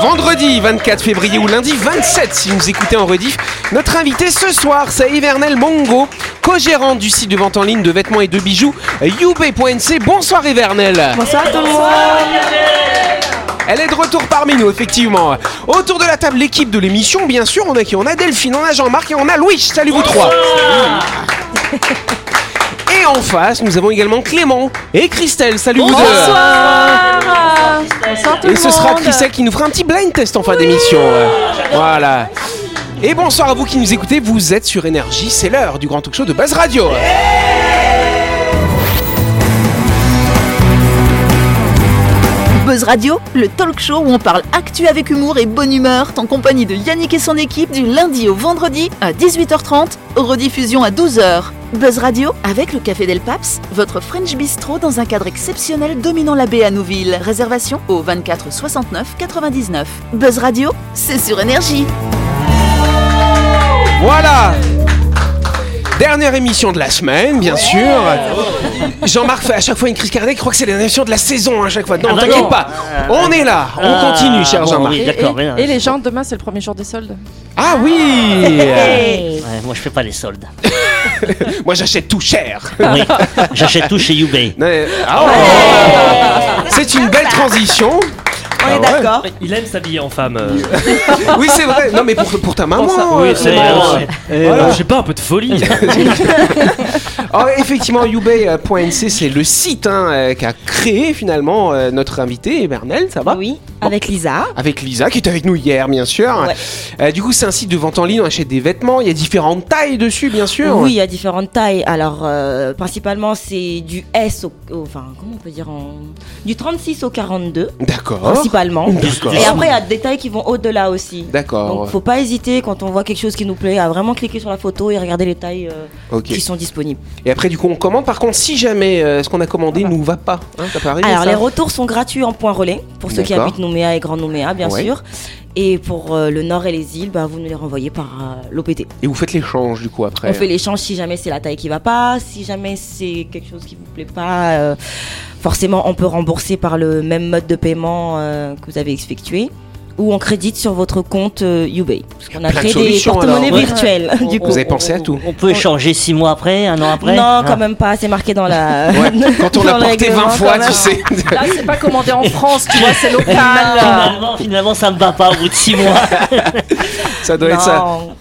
vendredi 24 février ou lundi 27 si vous écoutez en rediff. Notre invité ce soir, c'est Hivernel Mongo, co-gérant du site de vente en ligne de vêtements et de bijoux youbay.nc. Bonsoir Hivernel. Bonsoir tout le monde. Elle est de retour parmi nous, effectivement. Autour de la table, l'équipe de l'émission, bien sûr. On a qui On a Delphine, on a Jean-Marc et on a Louis. Salut vous trois. Et en face, nous avons également Clément et Christelle. Salut vous deux. Bonsoir. Bonsoir tout le Et ce sera monde. Christelle qui nous fera un petit blind test en fin d'émission. Voilà. Et bonsoir à vous qui nous écoutez, vous êtes sur Énergie, c'est l'heure du grand talk show de Base Radio. Buzz Radio, le talk show où on parle actu avec humour et bonne humeur, en compagnie de Yannick et son équipe du lundi au vendredi à 18h30, rediffusion à 12h. Buzz Radio avec le Café Del Paps, votre French Bistro dans un cadre exceptionnel dominant la baie à Nouville. Réservation au 24 69 99. Buzz Radio, c'est sur énergie. Voilà Dernière émission de la semaine, bien sûr. Jean-Marc fait à chaque fois une crise cardiaque, il croit que c'est la émission de la saison hein, à chaque fois. Non, Ah bah t'inquiète non. pas, on est là, on Ah, continue, cher bon, Jean-Marc. oui. Et- D'accord, et, hein, rien. et les gens, demain c'est le premier jour des soldes. Ah oui Ouais, moi je fais pas les soldes. Moi j'achète tout cher. Oui, j'achète tout chez Youbay. Non, mais- Ah, oh. C'est une belle transition. Ah On est d'accord. Il aime s'habiller en femme. euh. Oui, c'est vrai. Non, mais pour, pour ta maman. euh, oui, c'est Clément. vrai. Euh, Je sais pas, un peu de folie. Oh, effectivement, youbay.nc, c'est le site hein, euh, qu'a créé finalement euh, notre invité, Bernel, ça va Oui, avec Lisa. Avec Lisa, qui était avec nous hier, bien sûr. Ouais. Euh, du coup, c'est un site de vente en ligne, on achète des vêtements, il y a différentes tailles dessus, bien sûr. Oui, il y a différentes tailles. Alors, euh, principalement, c'est du S au, au- Enfin, comment on peut dire en... Du 36 au 42, D'accord. principalement. D'accord. Et après, il y a des tailles qui vont au-delà aussi. D'accord. Donc, faut pas hésiter quand on voit quelque chose qui nous plaît à vraiment cliquer sur la photo et regarder les tailles euh, Ok. qui sont disponibles. Et après, du coup, on commande. Par contre, si jamais euh, ce qu'on a commandé nous va pas, hein, ça peut arriver. Ah bah. Alors, ça les retours sont gratuits en point relais pour ceux qui D'accord. habitent Nouméa et Grand Nouméa, bien Ouais. sûr. Et pour euh, le Nord et les îles, bah, vous nous les renvoyez par euh, l'OPT. Et vous faites l'échange, du coup, après. On fait l'échange si jamais c'est la taille qui va pas, si jamais c'est quelque chose qui vous plaît pas. euh, forcément, on peut rembourser par le même mode de paiement euh, que vous avez effectué ou on crédite sur votre compte euh, Ubay. Parce qu'on a Plein de créé des solutions, porte-monnaies alors. virtuelles, du coup. Vous avez pensé à tout. On peut échanger six mois après, un an après Non, quand Ah. même pas, c'est marqué dans la. Ouais, Quand on dans l'a le porté 20 règlement, fois, quand tu même. sais. Ah, Là, c'est pas commandé en France, tu vois, c'est local. Finalement, finalement, ça me va pas au bout de six mois. Ça doit être ça. Non,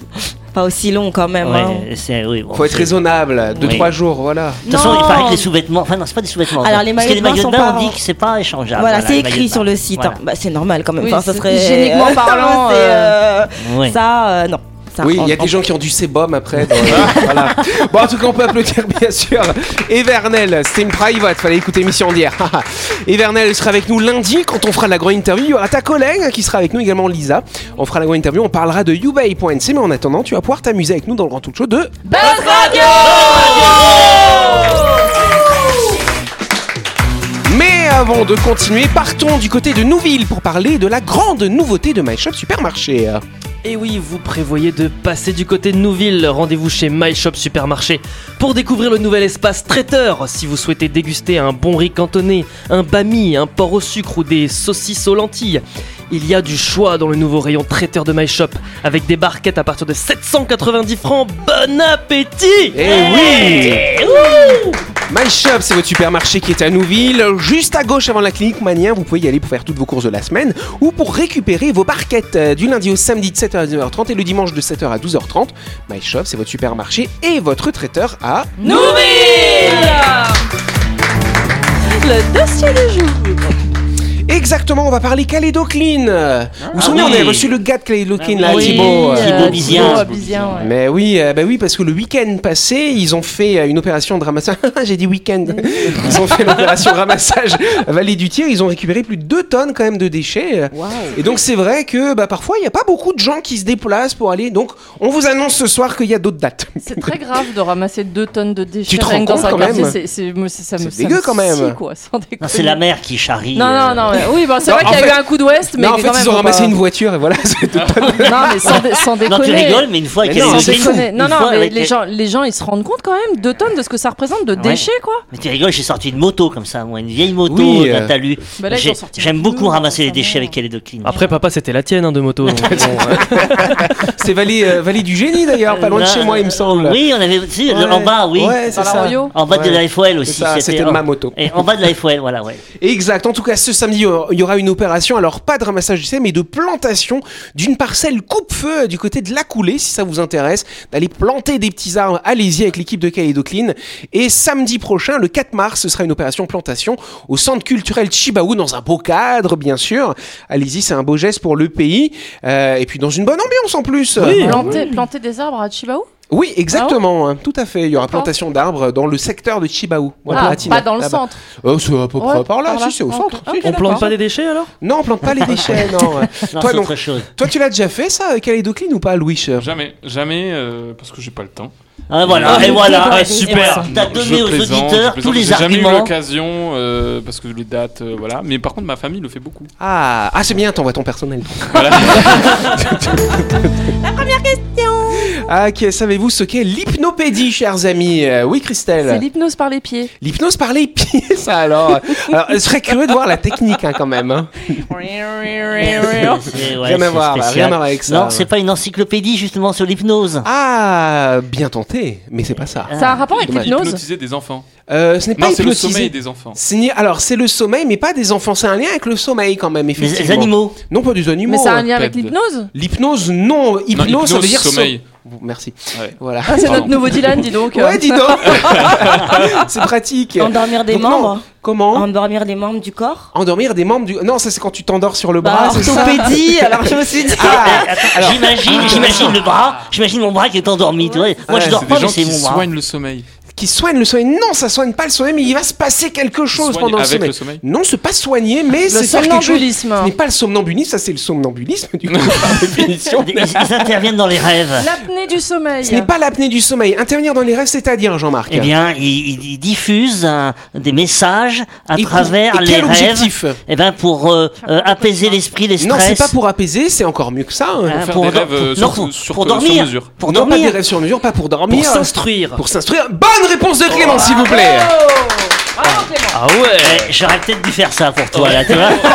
Pas aussi long quand même. hein. Ouais, Ah, c'est- oui, bon, Faut être c'est- raisonnable, 2-3 Oui. jours, voilà. De toute façon, il Non. paraît que les sous-vêtements. Enfin, non, c'est pas des sous-vêtements. Alors, les Parce que maillots de bain sont bain, pas on dit en- que c'est pas échangeable. hein, Voilà, les c'est écrit maillots sur de bain. le site. hein. Voilà. Bah, c'est normal quand même. Oui, Enfin, ça c'est- serait. hygiéniquement parlant, C'est, euh, Ouais. Ça, euh, non. Ça, Oui, on- il y a on- des gens qui ont du sébum après. donc, voilà. Bon, en tout cas, on peut applaudir, bien sûr. Evernel, c'était une private, fallait écouter l'émission d'hier. Evernel sera avec nous lundi quand on fera la grande interview. Il y aura ta collègue qui sera avec nous également, Lisa. On fera la grande interview, on parlera de youbay.nc, mais en attendant, tu vas pouvoir t'amuser avec nous dans le grand talk show de Mais avant de continuer, partons du côté de Nouville pour parler de la grande nouveauté de My Shop Supermarché. Et Eh oui, vous prévoyez de passer du côté de Nouville. Rendez-vous chez My Shop Supermarché pour découvrir le nouvel espace traiteur. Si vous souhaitez déguster un bon riz cantonné, un bami, un porc au sucre ou des saucisses aux lentilles, il y a du choix dans le nouveau rayon traiteur de My Shop avec des barquettes à partir de 790 francs. Bon appétit Eh Eh oui My Shop, c'est votre supermarché qui est à Nouville, juste à gauche avant la clinique Manien. Vous pouvez y aller pour faire toutes vos courses de la semaine ou pour récupérer vos barquettes euh, du lundi au samedi de 7h à 19h30 et le dimanche de 7h à 12h30. My Shop, c'est votre supermarché et votre traiteur à Le dossier du jour. Exactement, on va parler Calédo Clean. vous vous souvenez, Ah oui. Ah on avait reçu le gars de Calédo Clean, là, oui. Thibaut. Thibaut euh, Bizien. Thibaut Bizien, ouais. Mais oui, euh, bah oui, parce que le week-end passé, ils ont fait euh, une opération de ramassage. J'ai dit week-end. Ils ont fait l'opération ramassage à Vallée du Tir. Ils ont récupéré plus de 2 tonnes quand même de déchets. Et donc c'est vrai que bah, parfois il n'y a pas beaucoup de gens qui se déplacent pour aller. Donc on vous annonce ce soir qu'il y a d'autres dates. C'est très grave de ramasser 2 tonnes de déchets te rends rien que dans compte, un quand quartier. même c'est- c'est- moi, c'est- ça me- C'est ça me dégueu, quand même. Ah, scie, quoi, sans Non, déconner. c'est la mère qui charrie. euh. Non, non, non, ouais. Oui, bon, c'est Non, vrai qu'il y a en eu fait- un coup d'ouest, mais non, en quand fait, même, ils ont faut ramassé pas- une voiture et voilà. c'est tout. Non, mais sans, dé- sans déconner. Non, tu rigoles, mais une fois Mais qu'elle non, est Sans c'est une déconner. Non, une non, fois mais avec les elle- gens, les gens, ils se rendent compte quand même, deux tonnes de ce que ça représente de Ah ouais. déchets, quoi. Mais tu rigoles, j'ai sorti une moto comme ça, moi, une vieille moto Oui, euh. d'un talus. Bah là, ils J'ai- ont sorti J'aime un beaucoup pneu, ramasser les ça déchets va. avec Calédocline. Ah, Après, papa, c'était la tienne hein, de moto. donc bon, Ah, ouais. C'est Vallée, euh, Vallée du Génie d'ailleurs, pas loin de Euh, chez moi, il me semble. Oui, on avait. Si, Ouais. en bas, oui. Ouais, c'est Dans la ça. Ah Royo. En bas de Ouais. la FOL C'est aussi. ça, C'était en- ma moto. Et en bas de la FOL, voilà, ouais. Exact. En tout cas, ce samedi, euh, il y aura une opération. Alors, pas de ramassage d'essai, mais de plantation d'une parcelle coupe-feu du côté de la coulée, si ça vous intéresse. D'aller planter des petits arbres, allez-y avec l'équipe de Calédocline. Et samedi prochain, le 4 mars, ce sera une opération plantation au centre culturel Chibaou, dans un beau cadre, bien sûr. Allez-y, c'est un beau geste pour le pays. Euh, et puis, dans une bonne ambiance en plus. Oui. Ah Planter, planter des arbres à Chibaou Oui, Ah exactement, hein, tout à fait. Il y aura plantation d'arbres dans le secteur de Chibaou. Voilà, Ah, à Tina, Pas dans le là-bas. centre. Euh, c'est à peu près Ouais, par là, par là. si, c'est au Ah, centre. ok. si. On plante d'accord. pas des déchets alors Non, on plante pas les déchets, non. Non, Toi, c'est non. autre chose. Toi, tu l'as déjà fait ça, Calédocline ou pas, Louis Jamais, jamais, euh, parce que j'ai pas le temps. Ah, voilà, et voilà. Ah, Et super. T'as Non, je donné aux plaisante, auditeurs je tous plaisante. les J'ai jamais eu arguments. l'occasion, euh, parce que les dates, euh, voilà. Mais par contre, ma famille le fait beaucoup. Ah, ah c'est bien, t'envoies ton personnel. Voilà. Ah, ok, savez-vous ce qu'est l'hypnopédie, chers amis Euh, Oui, C'est Christelle l'hypnose par les pieds. L'hypnose par les pieds, ça alors. alors Je serais curieux de voir la technique hein, quand même. hein. Eh C'est- ouais, rien à c'est voir, là, rien à spécial. voir avec ça. Non, c'est pas une encyclopédie justement sur l'hypnose. Ah, bien tenté, mais c'est pas ça. Ah. Ça a un rapport avec dommage. l'hypnose Hypnotiser des enfants. Euh, ce n'est pas Ah, Non, c'est le hypnotiser. sommeil des enfants. C'est ni- Alors, c'est le sommeil, mais pas des enfants. C'est un lien avec le sommeil quand même, Les, effectivement. les animaux. Non, pas des animaux. Mais ça a un lien avec Ted. l'hypnose L'hypnose, non. Hypnose, Non, hypnose, ça veut dire so- sommeil. Bon, Merci. Ouais. Voilà. Ah, C'est Pardon. notre nouveau Dylan, dis donc. Ouais, dis donc. c'est pratique. Endormir des Donc, non. membres. Comment Endormir des membres du corps. Endormir des membres du. Non, ça c'est quand tu t'endors sur le Bah, bras. c'est ça orthopédie, alors je me suis dit. Ah, Eh, attends, alors- ah. j'imagine, j'imagine le bras, j'imagine mon bras qui est endormi. tu vois. Moi, je Ouais, dors C'est des pas, mais gens c'est qui mon bras. soignent le sommeil. Qui soigne le sommeil. Non, ça soigne pas le sommeil, mais il va se passer quelque chose Soignent pendant le avec sommeil. le sommeil. Non, c'est pas soigner, mais Le c'est faire quelque chose. somnambulisme. Ce n'est pas le somnambulisme, ça c'est le somnambulisme du coup, par définition. Ils, ils interviennent dans les rêves. L'apnée du sommeil. Ce n'est pas l'apnée du sommeil. Intervenir dans les rêves, c'est-à-dire, Jean-Marc Eh bien, ils, ils- ils diffusent un- des messages à Et pour- travers et les quel rêves. objectif Eh bien, pour euh, euh, apaiser l'esprit, les stress. Non, c'est pas pour apaiser, c'est encore mieux que ça. hein. Hein, faire pour des dor- rêves, euh, pour- non, sur- pour- sur- pour sur dormir. mesure. Pour non, pas des dormir. rêves sur mesure, pas pour dormir. Pour s'instruire. Pour s'instruire. Bonne réponse de Clément, s'il vous plaît. Ah ouais Eh, J'aurais peut-être dû faire ça pour toi, là, tu vois.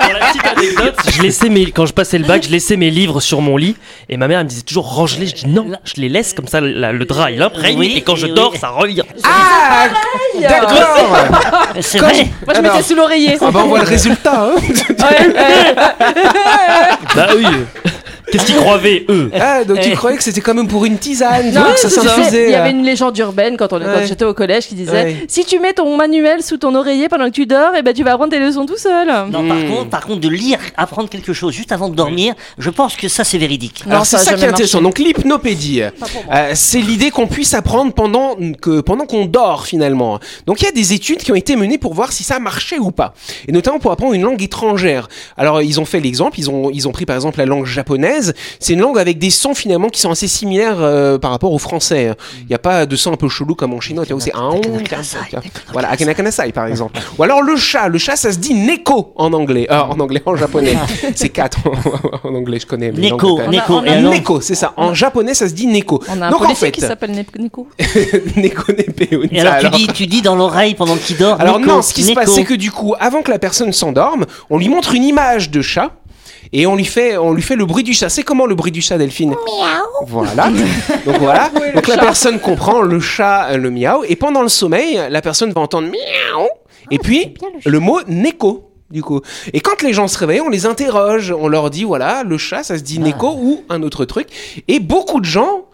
Pour la petite anecdote, je laissais mes, quand je passais le bac, je laissais mes livres sur mon lit et ma mère elle me disait toujours range-les. Je dis non, je les laisse comme ça, la- le drap il imprègne Oui, et quand je oui. dors, ça revient. Ah, d'accord. C'est Quand vrai. je- Moi, je Alors, mettais sous l'oreiller. ah bah, on voit le résultat. hein. Bah oui Qu'est-ce qu'ils croyaient, eux Ah, donc tu croyais que c'était quand même pour une tisane, Non, donc ça euh, tu sais, suffisait, il y là. avait une légende urbaine quand, on, quand Ouais. j'étais au collège qui disait Ouais. si tu mets ton manuel sous ton oreiller pendant que tu dors, et ben tu vas apprendre tes leçons tout seul. Non, par contre, par contre, de lire, apprendre quelque chose juste avant de dormir, je pense que ça, c'est véridique. Alors Non, c'est ça a ça qui est jamais intéressant. Donc l'hypnopédie, euh, c'est l'idée qu'on puisse apprendre pendant que pendant qu'on dort finalement. Donc il y a des études qui ont été menées pour voir si ça marchait ou pas, et notamment pour apprendre une langue étrangère. Alors ils ont fait l'exemple, ils ont ils ont pris par exemple la langue japonaise. C'est une langue avec des sons finalement qui sont assez similaires euh, par rapport au français. Mm. Il n'y a pas de sons un peu chelou comme en chinois. tu vois, où C'est un voilà akanakanasai par exemple. Ou alors le chat, le chat ça se dit neko en anglais, Euh, en anglais en japonais. C'est quatre en- en anglais je connais. mais langue Neko, japonaise. Neko. on a- Et alors Neko, c'est ça. En japonais, ça se dit Neko. On a un Donc en policier fait, qui s'appelle Nep- Neko. Neko Nepeo, Et ça, alors, tu dis, tu dis dans l'oreille pendant qu'il dort. Alors Nico, non, ce qui se Nico. passe, c'est que du coup, avant que la personne s'endorme, on lui montre une image de chat. Et on lui fait, on lui fait le bruit du chat. C'est comment le bruit du chat, Delphine Voilà. Donc voilà. Donc la personne comprend le chat, euh, le miaou. Et pendant le sommeil, la personne va entendre miaou. Et puis le, mot neko. Du coup. Et quand les gens se réveillent, on les interroge, on leur dit voilà, le chat, ça se dit neko ou un autre truc. Et beaucoup de gens,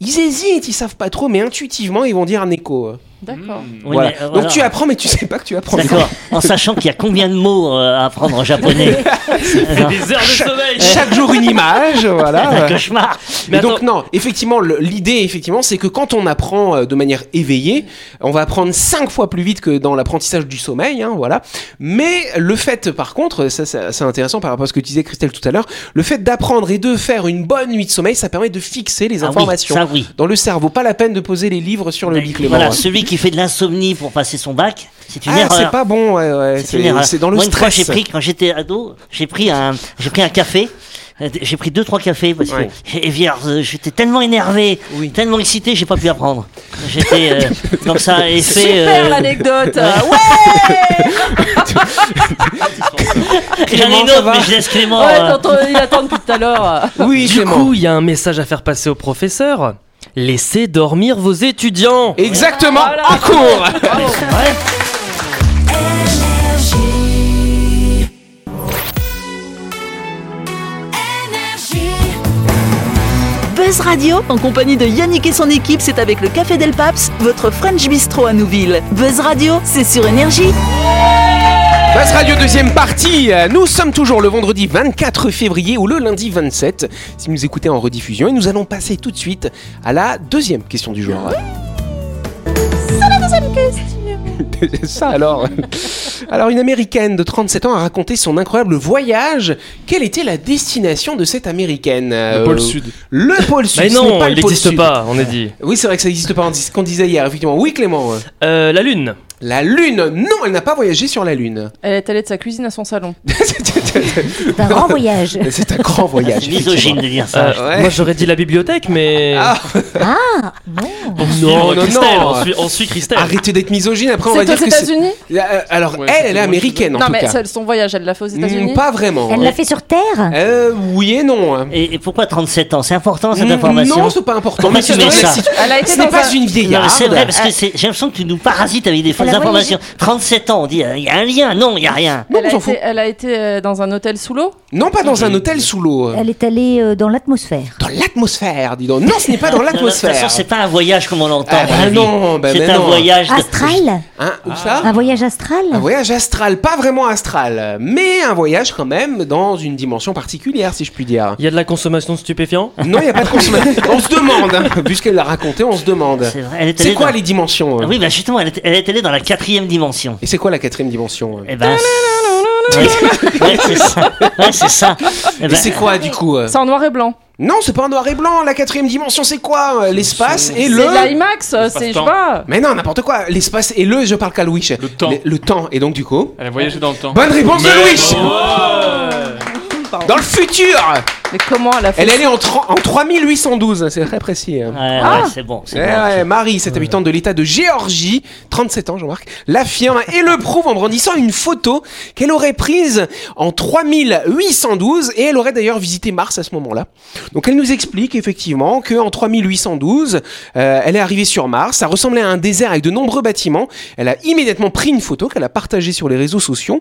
ils hésitent, ils savent pas trop, mais intuitivement, ils vont dire neko. D'accord. Mmh. Oui, Voilà. mais, euh, Donc voilà. tu apprends, mais tu sais pas que tu apprends. D'accord. En sachant qu'il y a combien de mots euh, à apprendre en japonais Ah Des heures de sommeil Chaque jour une image, Un voilà. cauchemar. Mais Mais donc attends. non, effectivement, le- l'idée effectivement, c'est que quand on apprend euh, de manière éveillée, on va apprendre cinq fois plus vite que dans l'apprentissage du sommeil, hein, voilà. Mais le fait, par contre, ça, ça- c'est intéressant par rapport à ce que tu disais Christelle tout à l'heure, le fait d'apprendre et de faire une bonne nuit de sommeil, ça permet de fixer les Ah oui, informations ça Bah, oui. dans le cerveau. Pas la peine de poser les livres sur le lit, Clément. hein. Voilà, celui qui fait de l'insomnie pour passer son bac, c'est une ah, erreur. c'est pas bon, ouais, ouais, C'est une c'est erreur. c'est dans le Moi, une fois, stress. j'ai pris, quand j'étais ado, j'ai pris un, j'ai pris un café. Euh, J'ai pris deux trois cafés parce que Ouais. et puis, alors, euh, j'étais tellement énervé, tellement excité, j'ai pas pu apprendre. J'étais euh, donc ça a fait. Super euh, l'anecdote. J'en ai une Clément, ça autre, va mais je laisse Clément. Ouais, euh, t'entends, il attend depuis tout à l'heure. Oui, Du Clément. coup, il y a un message à faire passer au professeur. Laissez dormir vos étudiants. Exactement, Voilà. à court ouais. Buzz Radio, en compagnie de Yannick et son équipe, c'est avec le Café Del Paps, votre French Bistro à Nouville. Buzz Radio, c'est sur Énergie. Basse Radio, deuxième partie. Euh, Nous sommes toujours le vendredi 24 février ou le lundi 27, si vous nous écoutez en rediffusion. Et nous allons passer tout de suite à la deuxième question du jour. C'est la deuxième question Ça alors Alors, une Américaine de 37 ans a raconté son incroyable voyage. Quelle était la destination de cette Américaine Euh, Le pôle sud. Le pôle sud. Mais ce n'est non, pas il le pôle n'existe sud. pas, on a dit. Oui, c'est vrai que ça n'existe pas, on dit- ce qu'on disait hier, effectivement. Oui, Clément. Euh, la lune. La Lune Non, elle n'a pas voyagé sur la Lune. Elle est allée de sa cuisine à son salon. C'est un grand voyage. C'est un grand voyage. C'est misogyne de dire ça. Euh, ouais. Moi, j'aurais dit la bibliothèque, mais. Ah, Pour Non, suivre non, Christelle, non. on suit, on suit Christelle. Arrêtez d'être misogyne, après on va C'est aux dire que c'est... États-Unis Euh, Alors, Ouais, elle, c'est elle est moins américaine, en Non, tout mais cas. c'est- son voyage, elle l'a fait aux États-Unis Mm, Pas vraiment. Elle l'a fait sur Terre Euh, oui et non. hein. Et, et pourquoi 37 ans C'est important cette Mm, information. Non, c'est pas important. Pourquoi mais tu c'est mets vrai, ça si tu- Elle a été Ce dans n'est pas un- une Non, mais vieillarde. c'est vrai, parce que c'est- j'ai l'impression que tu nous parasites avec des fausses Elle a voyagé. informations. 37 ans, on dit, euh, il y a un lien. Non, il y a rien. Non, elle, a on s'en fout. été, elle a été, euh, dans un hôtel sous l'eau Non, pas dans Mm. un hôtel sous l'eau. euh, Elle est allée euh, dans l'atmosphère. Dans l'atmosphère, dis donc. Non, ce n'est pas dans Non, non, De toute façon, l'atmosphère. c'est pas un voyage comme on l'entend. Ah, à mon bah avis. non, bah, c'est bah un non. voyage. de- Astral Hein, où ça Un voyage astral Un voyage astral, pas vraiment astral, mais un voyage quand même dans une dimension particulière, si je puis dire. Il y a de la consommation de stupéfiants Non, il n'y a pas de consommation. On se demande, hein, puisqu'elle l'a raconté, on se demande. C'est vrai, elle est C'est allée quoi dans- les dimensions hein Oui, bah justement, elle est, elle est allée dans la quatrième dimension. Et c'est quoi la quatrième dimension hein Eh ben. c'est- Ouais, ouais, c'est ça. Ouais, c'est ça. Eh Et ben, c'est quoi du coup euh C'est en noir et blanc. Non, c'est pas en noir et blanc. La quatrième dimension, c'est quoi euh, L'espace et C'est le. l'IMAX, euh, c'est je sais L'espace-temps. pas. Mais non, n'importe quoi. L'espace et le, je parle qu'à Louis. Le temps. Le, le temps. Et donc du coup. Elle a voyagé dans le temps. Bonne réponse de Mais Louis Dans le futur Mais comment elle a fait Elle est allée en, tro- en 3812, hein, c'est très précis. hein. Ouais, ouais, c'est bon. Eh c'est bon. ouais, Marie, cette habitante de l'État de Géorgie, 37 ans, Jean-Marc, l'affirme et le prouve en brandissant une photo qu'elle aurait prise en 3812 et elle aurait d'ailleurs visité Mars à ce moment-là. Donc elle nous explique effectivement qu'en 3812, euh, elle est arrivée sur Mars, ça ressemblait à un désert avec de nombreux bâtiments. Elle a immédiatement pris une photo qu'elle a partagée sur les réseaux sociaux.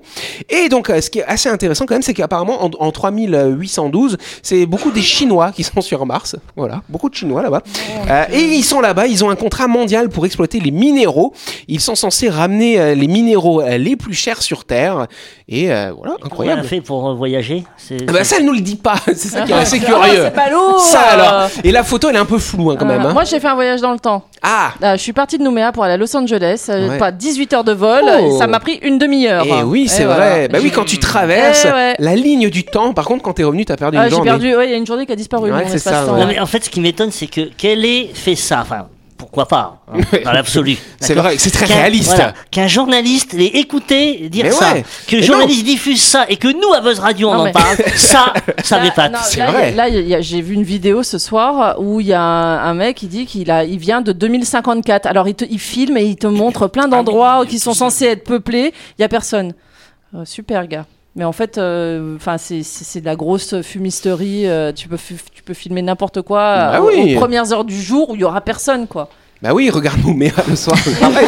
Et donc euh, ce qui est assez intéressant quand même, c'est qu'apparemment en, en 3812, c'est beaucoup des Chinois qui sont sur Mars. Voilà, beaucoup de Chinois là-bas. Euh, et ils sont là-bas, ils ont un contrat mondial pour exploiter les minéraux. Ils sont censés ramener euh, les minéraux euh, les plus chers sur Terre. Et euh, voilà, Comment elle a incroyable. fait pour euh, voyager C'est- Ah bah ça, elle nous le dit pas. C'est ça qui est assez Ah, curieux. c'est pas lourd Ça euh, alors. Et la photo, elle est un peu floue hein, quand euh, même. hein. Moi, j'ai fait un voyage dans le temps. Ah. Euh, je suis partie de Nouméa pour aller à Los Angeles. euh, Ouais. Pas 18 heures de vol. Oh. et ça m'a pris une demi-heure. Et Eh oui, c'est Et vrai. Eh voilà. Bah oui, quand tu traverses Eh ouais. la ligne du temps, par contre, quand t'es revenu, t'as perdu Ah, une j'ai journée. perdu. ouais, Il y a une journée qui a disparu. Ouais, mon c'est ça, espace-temps, ouais. Non, mais en fait, ce qui m'étonne, c'est que quel est fait ça Enfin, pourquoi pas hein, Dans l'absolu. C'est D'accord vrai, c'est très Qu'un- réaliste. voilà, Qu'un journaliste l'ait écouté dire Mais ça, ouais. que Mais le journaliste diffuse ça et que nous, à Buzz Radio, on Non, en mais- parle, ça, ça Là- m'épate. non, C'est là, vrai. il y a- Là, il y a- j'ai vu une vidéo ce soir où il y a un, un mec qui dit qu'il a, il vient de 2054. Alors il, te, il filme et il te montre plein d'endroits qui sont censés être peuplés. Il y a personne. Euh, super gars. Mais en fait, euh, enfin, c'est- c'est c'est de la grosse fumisterie. euh, tu peux, fu- tu peux filmer n'importe quoi Bah euh, oui. aux premières heures du jour où il y aura personne, quoi. Bah oui, regarde Nouméa le soir. au travail.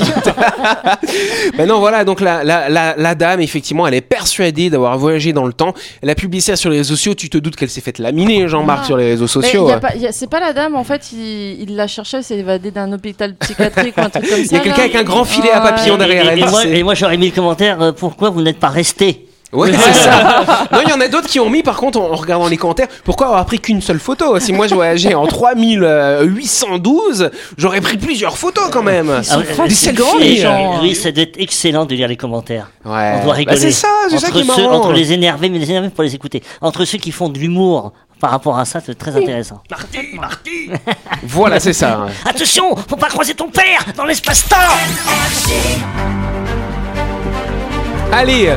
bah non, voilà, donc la, la, la, la dame, effectivement, elle est persuadée d'avoir voyagé dans le temps. Elle a publié ça sur les réseaux sociaux. Tu te doutes qu'elle s'est faite laminer, Jean-Marc, Ah. sur les réseaux Mais sociaux. hein. il y a ouais. pas- il y a- c'est pas la dame, en fait, il, il la cherchait, elle s'est évadée d'un hôpital psychiatrique ou un truc comme ça. Il y a quelqu'un là. avec un grand filet à Ouais. papillon Et, derrière et- et elle. moi, c'est- et moi, j'aurais mis le commentaire euh, pourquoi vous n'êtes pas resté Ouais, c'est ça. Non, il y en a d'autres qui ont mis, par contre, en, en regardant les commentaires, pourquoi avoir pris qu'une seule photo Si moi je voyageais en euh, 3812, j'aurais pris plusieurs photos quand même. Ah, Ils sont euh, Des fatigants, selfies. les gens. Oui, ça doit être excellent de lire les commentaires. Ouais. On doit Bah, rigoler. c'est ça, c'est ça Entre qui est ceux- marrant. Entre les énervés, mais les énervés pour les écouter. Entre ceux qui font de l'humour par rapport à ça, c'est très intéressant. Voilà, c'est ça. Attention, faut pas croiser ton père dans l'espace-temps Allez euh,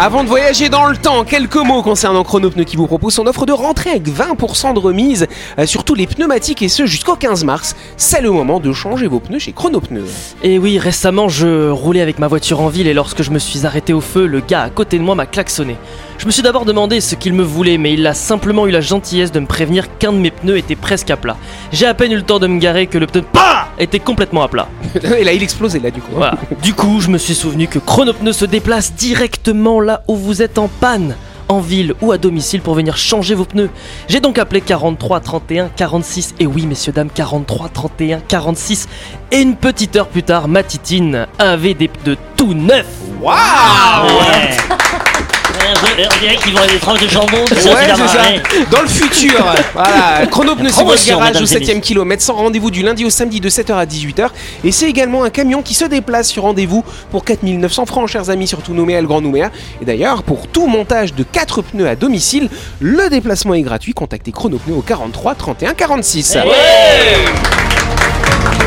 avant de voyager dans le temps, quelques mots concernant Chronopneu qui vous propose son offre de rentrée avec 20% de remise euh, sur tous les pneumatiques et ce jusqu'au 15 mars. C'est le moment de changer vos pneus chez Chronopneu. Et oui, récemment, je roulais avec ma voiture en ville et lorsque je me suis arrêté au feu, le gars à côté de moi m'a klaxonné. Je me suis d'abord demandé ce qu'il me voulait, mais il a simplement eu la gentillesse de me prévenir qu'un de mes pneus était presque à plat. J'ai à peine eu le temps de me garer que le pneu PAH était complètement à plat. et là, il explosait là du coup. Voilà. Du coup, je me suis souvenu que Chronopneu se déplace directement là où vous êtes en panne, en ville ou à domicile pour venir changer vos pneus. J'ai donc appelé 43 31 46 et oui, messieurs dames, 43 31 46 et une petite heure plus tard, ma titine avait des pneus tout neufs. Waouh Ouais. Ouais, On dirait qu'ils vont des tranches de jambon, tout ça, Ouais, tu c'est l'as ça. marré. Dans le futur. voilà. Chronopneu, c'est votre Promotion, garage mesdames au et 7ème messieurs. kilomètre sans rendez-vous du lundi au samedi de 7h à 18h. Et c'est également un camion qui se déplace sur rendez-vous pour 4900 francs, chers amis, surtout Nouméa, le Grand Nouméa. Et d'ailleurs, pour tout montage de 4 pneus à domicile, le déplacement est gratuit. Contactez Chronopneu au 43 31 46.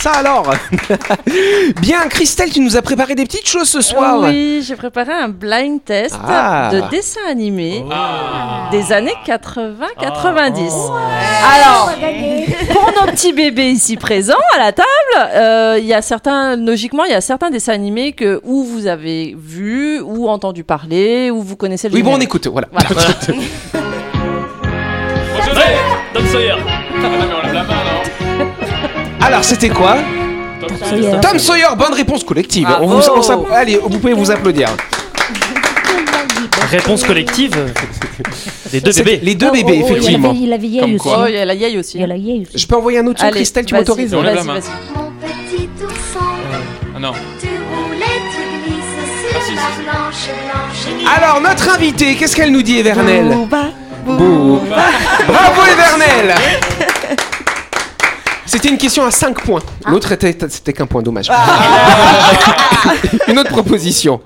Ça alors Bien, Christelle, tu nous as préparé des petites choses ce soir. Oui, j'ai préparé un blind test Ah. Oh. de dessin animé Ah. des années 80-90. Oh. Alors, pour nos petits bébés ici présents à la table, euh, il y a certains, logiquement, il y a certains dessins animés que ou vous avez vu, ou entendu parler, ou vous connaissez le Oui, bon, on générique. écoute. Voilà. Alors, c'était quoi Tom Sawyer, bonne réponse collective. Bravo. On vous, on s'app- allez, vous pouvez vous applaudir. Réponse collective des deux C'est- bébés. Les deux bébés, Oh, oh, oh, effectivement. Il y a la vieille Comme aussi. quoi. Oh, il y a la vieille aussi. Il y a la vieille aussi. Je peux envoyer un autre sur Christelle, tu vas-y, m'autorises On lève la vas-y, main. vas-y. Mon petit ourson, Ah non. tu roules et tu glisses sur Ah, si, si, la si. blanche, blanche Alors, notre invitée, qu'est-ce qu'elle nous dit, Evernel Ah, Booba, Bravo, Evernel C'était une question à 5 points. Ah. L'autre était, c'était qu'un point, dommage. une autre proposition.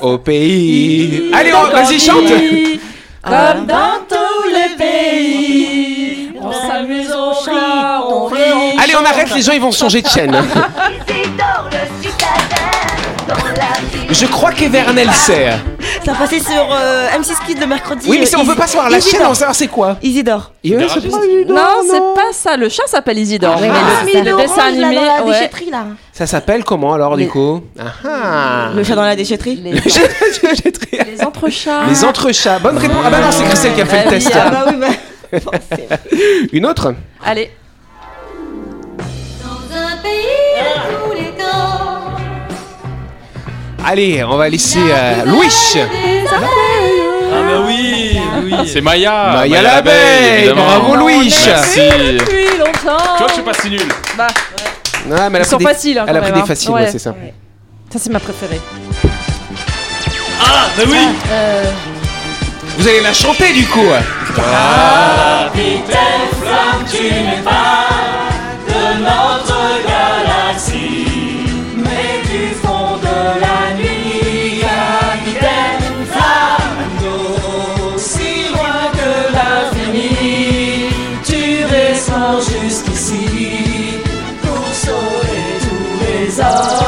Au pays. Mmh. Allez, on- Oh, vas-y, chante. Comme dans tous les pays, on s'amuse, on chante, on rit. Allez, on arrête, les gens ils vont changer de chaîne. Isidore le citadin, dans la ville Je crois qu'Evernel sait. Ça passait sur euh, M6 Kids le mercredi. Oui, mais si euh, on veut Isi- pas savoir la chaîne, on Isidore. veut savoir c'est quoi. Isidore. Et eux, c'est pas Isidore, Non, c'est pas ça. Le chat s'appelle Isidore. mais Ah, le- c'est le, dessin animé, Dans la ouais. déchetterie, là. Ça s'appelle comment alors du Les- coup Ah, ah. Le chat dans la déchetterie. Les, J'ai- j'ai- j'ai tri- les entrechats. Les entrechats. Bonne réponse. Ah bah non, c'est Christelle qui a fait le Ah oui, test. ah bah oui, bah. forcément. Une autre Allez, Dans un pays où tous les temps Allez, on va laisser euh, Louis. des Ah bah oui, oui. C'est Maya. Maya l'abeille, évidemment. bravo, Louis. Merci. Tu depuis longtemps. vois que je suis pas si nul. Ah, mais elle a Ils sont pris des- faciles. hein, Elle a quand pris même, des hein. faciles, Ouais. ouais, c'est ça. Ça, c'est ma préférée. Ah, mais oui Vous allez la chanter du coup.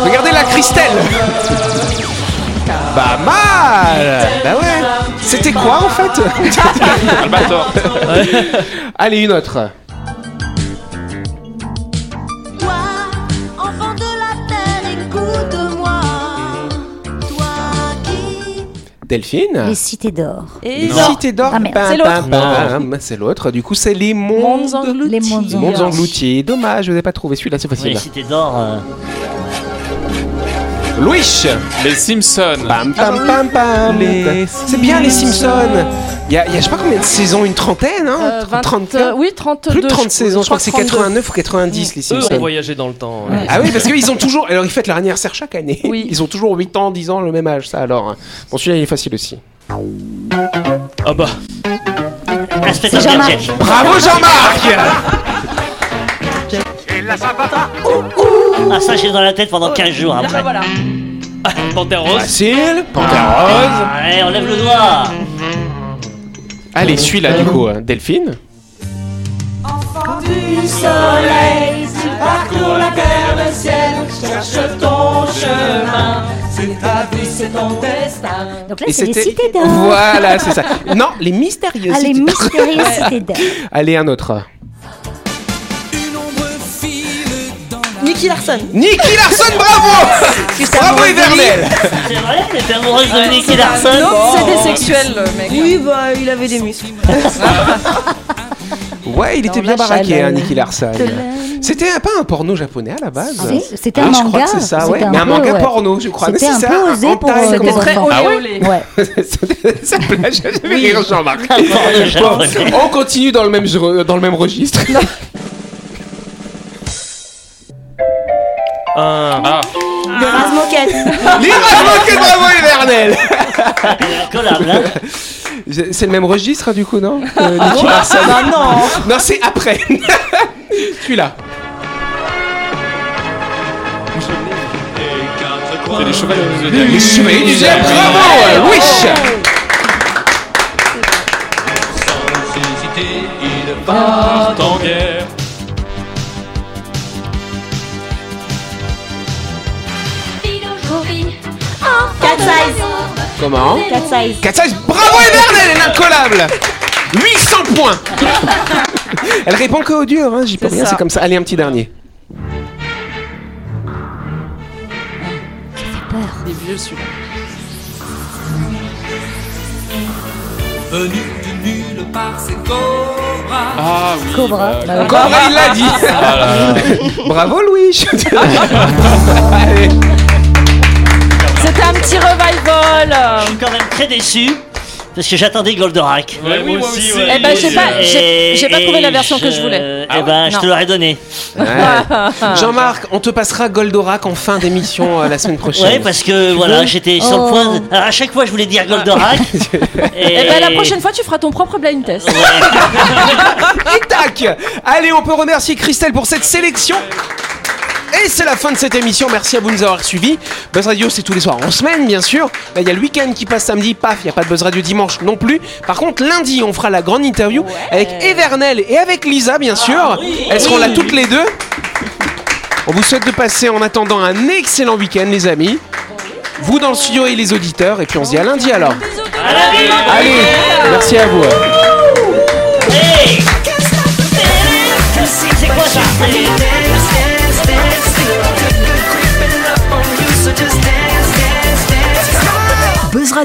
Regardez la Christelle. Pas mal. Bah ouais. C'était quoi en fait Albator. Allez, une autre. Toi, enfant de la terre, écoute-moi Toi qui Delphine. Les cités d'or. Et Les non. cités d'or. Ah, merde. Pam, C'est l'autre. pam, pam. C'est l'autre. Du coup, c'est les mondes. Mondes engloutis. Les mondes Les mondes engloutis. Dommage, je vous ai pas trouvé celui-là, c'est Oui, facile. les cités d'or. euh, Louis. Les Simpsons. Ah Pam pam pam pam. C'est bien les Simpsons. Il y a, il y a je sais pas combien de saisons, une trentaine, hein Euh, 20, 30, euh, oui, 32. plus de 30 je- saisons, je crois que c'est 32. 89 ou 90 les Eux ont Simpsons. voyagé dans le temps. Ouais. Ah oui, parce qu'ils ont toujours. Alors, ils fêtent leur anniversaire chaque année. Oui. Ils ont toujours 8 ans, 10 ans, le même âge, ça alors. hein. Bon, celui-là, il est facile aussi. Ah bah. Inspecteur Jean-Marc. Gadget. Bravo Jean-Marc Ah, ça, j'ai dans la tête pendant 15 Oh, jours après. Ah, Panthère Rose. Facile Ah, Allez, on lève le doigt. Allez, celui-là, du coup, hein. Delphine. Ah, Donc là, c'est les cités d'or. Voilà, c'est ça. Non, les mystérieuses. Ah, les cités. mystérieuses cités Oh. d'or. Allez, un autre. Nicky Larson. Nicky Larson, Ah, bravo Bravo Evernel C'est vrai, les Pères Maurice de Nicky Ah, Larson. Non, c'était sexuel, le mec. Lui, bah, il avait des muscles. Ouais, il était Dans bien la baraqué, hein, chaleur. Nicky Larson. C'était un- pas un porno japonais à la base Ah, Si, C'était Oui, un je crois manga. que c'est ça, C'était ouais. Mais un peu, manga ouais. porno, je crois. Mais C'était c'est un ça, peu osé en pour, taille, euh, comment C'était les très enfants. olé Ah ouais olé. Ouais. C'était- ça me plaît, j'avais rire Jean-Marc. Bon, Japonais. on continue dans le même, jeu- dans le même registre. Ah. Ah, Le Raz Moquette. Les Ramones, que bravo Evernel Collable, hein. Je- C'est le même registre du coup, Euh, non que Nicky Larson non Non, c'est après. Celui-là. c'est les chevaliers du Zodiac. Les chevaliers du Oh. Zodiac, bravo Wish Partent en guerre. Fille d'aujourd'hui, enfant Ah. Cat de size. l'amour, Comment c'est Cat mon size. 4 bravo Evernel, elle est incollable 800 points Elle répond que au dur, hein, j'y peux C'est rien, ça. c'est comme ça. Allez, un petit dernier. Des vieux, celui-là. Ah oui. Cobra. bah, Bah ouais. Encore il l'a dit Ah là là. Bravo Louis Allez. C'était un petit revival. Je suis quand même très déçu parce que j'attendais Goldorak. Bah, Ouais, moi aussi, ouais. Eh ben, j'ai pas, Et- j'ai- j'ai pas trouvé la et version que je voulais. Ah Eh ben, je te Non. l'aurais donné. Ouais. Jean-Marc, on te passera Goldorak en fin d'émission euh, la semaine prochaine. Ouais, parce que voilà, j'étais sur Oh. le point. de- Alors, à chaque fois, je voulais dire Goldorak. et... Eh ben, la prochaine fois, tu feras ton propre blind test. Et tac Allez, on peut remercier Christelle pour cette sélection. Et c'est la fin de cette émission. Merci à vous de nous avoir suivis. Buzz Radio, c'est tous les soirs en semaine, bien sûr. Là, Il y a le week-end qui passe samedi. Paf, il n'y a pas de Buzz Radio dimanche non plus. Par contre, lundi, on fera la grande interview avec Evernel et avec Lisa, Ah bien sûr. Elles seront là toutes les deux. On vous souhaite de passer en attendant un excellent week-end, les amis. Vous dans le studio et les auditeurs. Et puis on se dit à lundi alors. Allez, merci à vous. Hey C'est quoi ça Buzz